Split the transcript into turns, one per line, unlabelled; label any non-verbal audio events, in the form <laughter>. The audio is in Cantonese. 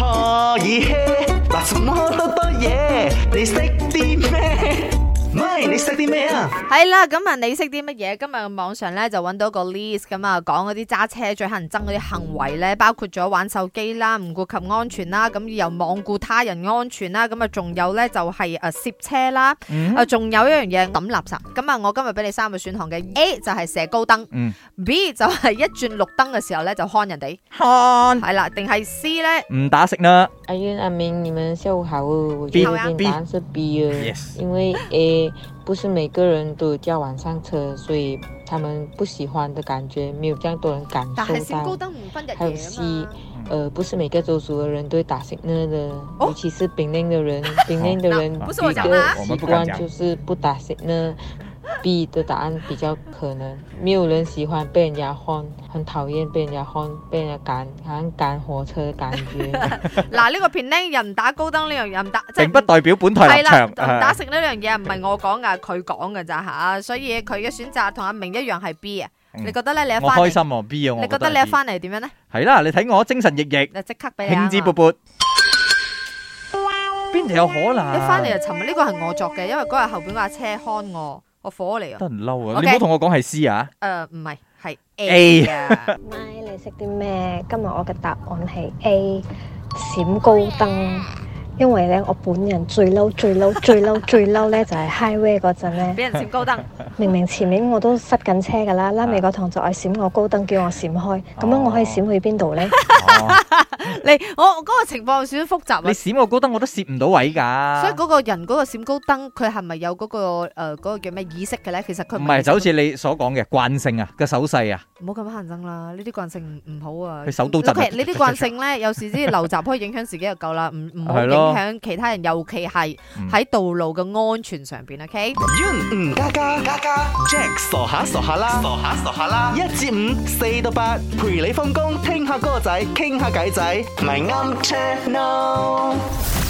我已 hea，嗱什麼多多嘢，你識啲咩？唔係你識啲咩啊？
係啦，咁啊，你識啲乜嘢？今日網上咧就揾到個 list 咁啊，講嗰啲揸車最乞人憎嗰啲行為咧，包括咗玩手機啦、唔顧及安全啦，咁又罔顧他人安全啦，咁啊，仲有咧就係誒攝車啦，
嗯
啊，仲有一樣嘢抌垃圾。咁啊，我今日俾你三個選項嘅，A 就係射高燈
嗯
，B 就係一轉綠燈嘅時候咧就看人哋，
看
係啦，定係 C 咧？
唔打食呢？
阿渊、阿明，你们下午好哦。我觉
B，
得今天答案是 B 了
Yes
因为 A 不是每个人都有叫晚上车，所以他们不喜欢的感觉没有这样多人感
但
受
係閃高
到。
燈唔分日
還有
夜啊
C，
嘛。
呃，不是每个州族的人都会打 signal 的，
哦
尤其是丙令的
<laughs>
人，丙令的人
那不是我
一
讲的啊
个
我
习
们不敢
惯
讲
就是不打 signal。B 的答案比较可能，没有人喜欢被人家轰，很讨厌被人家轰，被人家赶，好像赶火车的感
<laughs>
觉。
嗱，呢個片咧又唔打高燈呢樣又唔打，即係
並不代表本台
係
立
啦，
場。
唔打食呢樣嘢唔係我講噶，佢講噶咋吓，所以佢嘅選擇同阿明一樣係 B 啊。
嗯
你覺得咧？你一
我
翻
開心
嚟，
喎，B 啊，我
你
覺
覺
得
得你
係
一
B
翻嚟點樣咧？
係啦，你睇我精神奕奕，
就即刻俾你啊
興致勃！勃，邊度有可能？
一翻嚟就尋日呢個係我作嘅，因為嗰日後邊嗰架車看我，我火嚟啊！
得人嬲啊！
OK
你唔好同我講
<laughs>
係 C 啊！
誒唔係，係
A
A 啊。
咪你識啲咩？今日我嘅答案係 A 閃高燈，因為咧我本人最嬲最嬲最嬲最嬲咧就係 highway 嗰陣咧，
俾人閃高燈，
<laughs>
明明前面我都塞緊車㗎啦，拉尾嗰堂就愛閃我高燈，叫我閃開，咁樣我可以閃去邊度咧？
哦
你我我嗰個情況有少少複雜
你
啊，
閃我高燈我都攝唔到位㗎。
所以嗰個人嗰個閃高燈，佢係咪有嗰個誒嗰個叫咩意識嘅咧？其實佢
唔係就好似你所講嘅慣性啊，個手勢啊，
唔好咁乞人憎啦，呢啲慣性唔唔好啊。
佢手刀震
OK，呢啲慣性咧，有時啲陋習可以影響自己就夠啦，唔唔好
係
影
咯
響其他人，尤其係
嗯
喺道路嘅安全上邊。OK，
Yun 吳家家家家 Jack 傻下傻下啦，傻下傻下啦，一至五四到八陪你放工，聽下歌仔，傾下偈仔，咪啱 channel。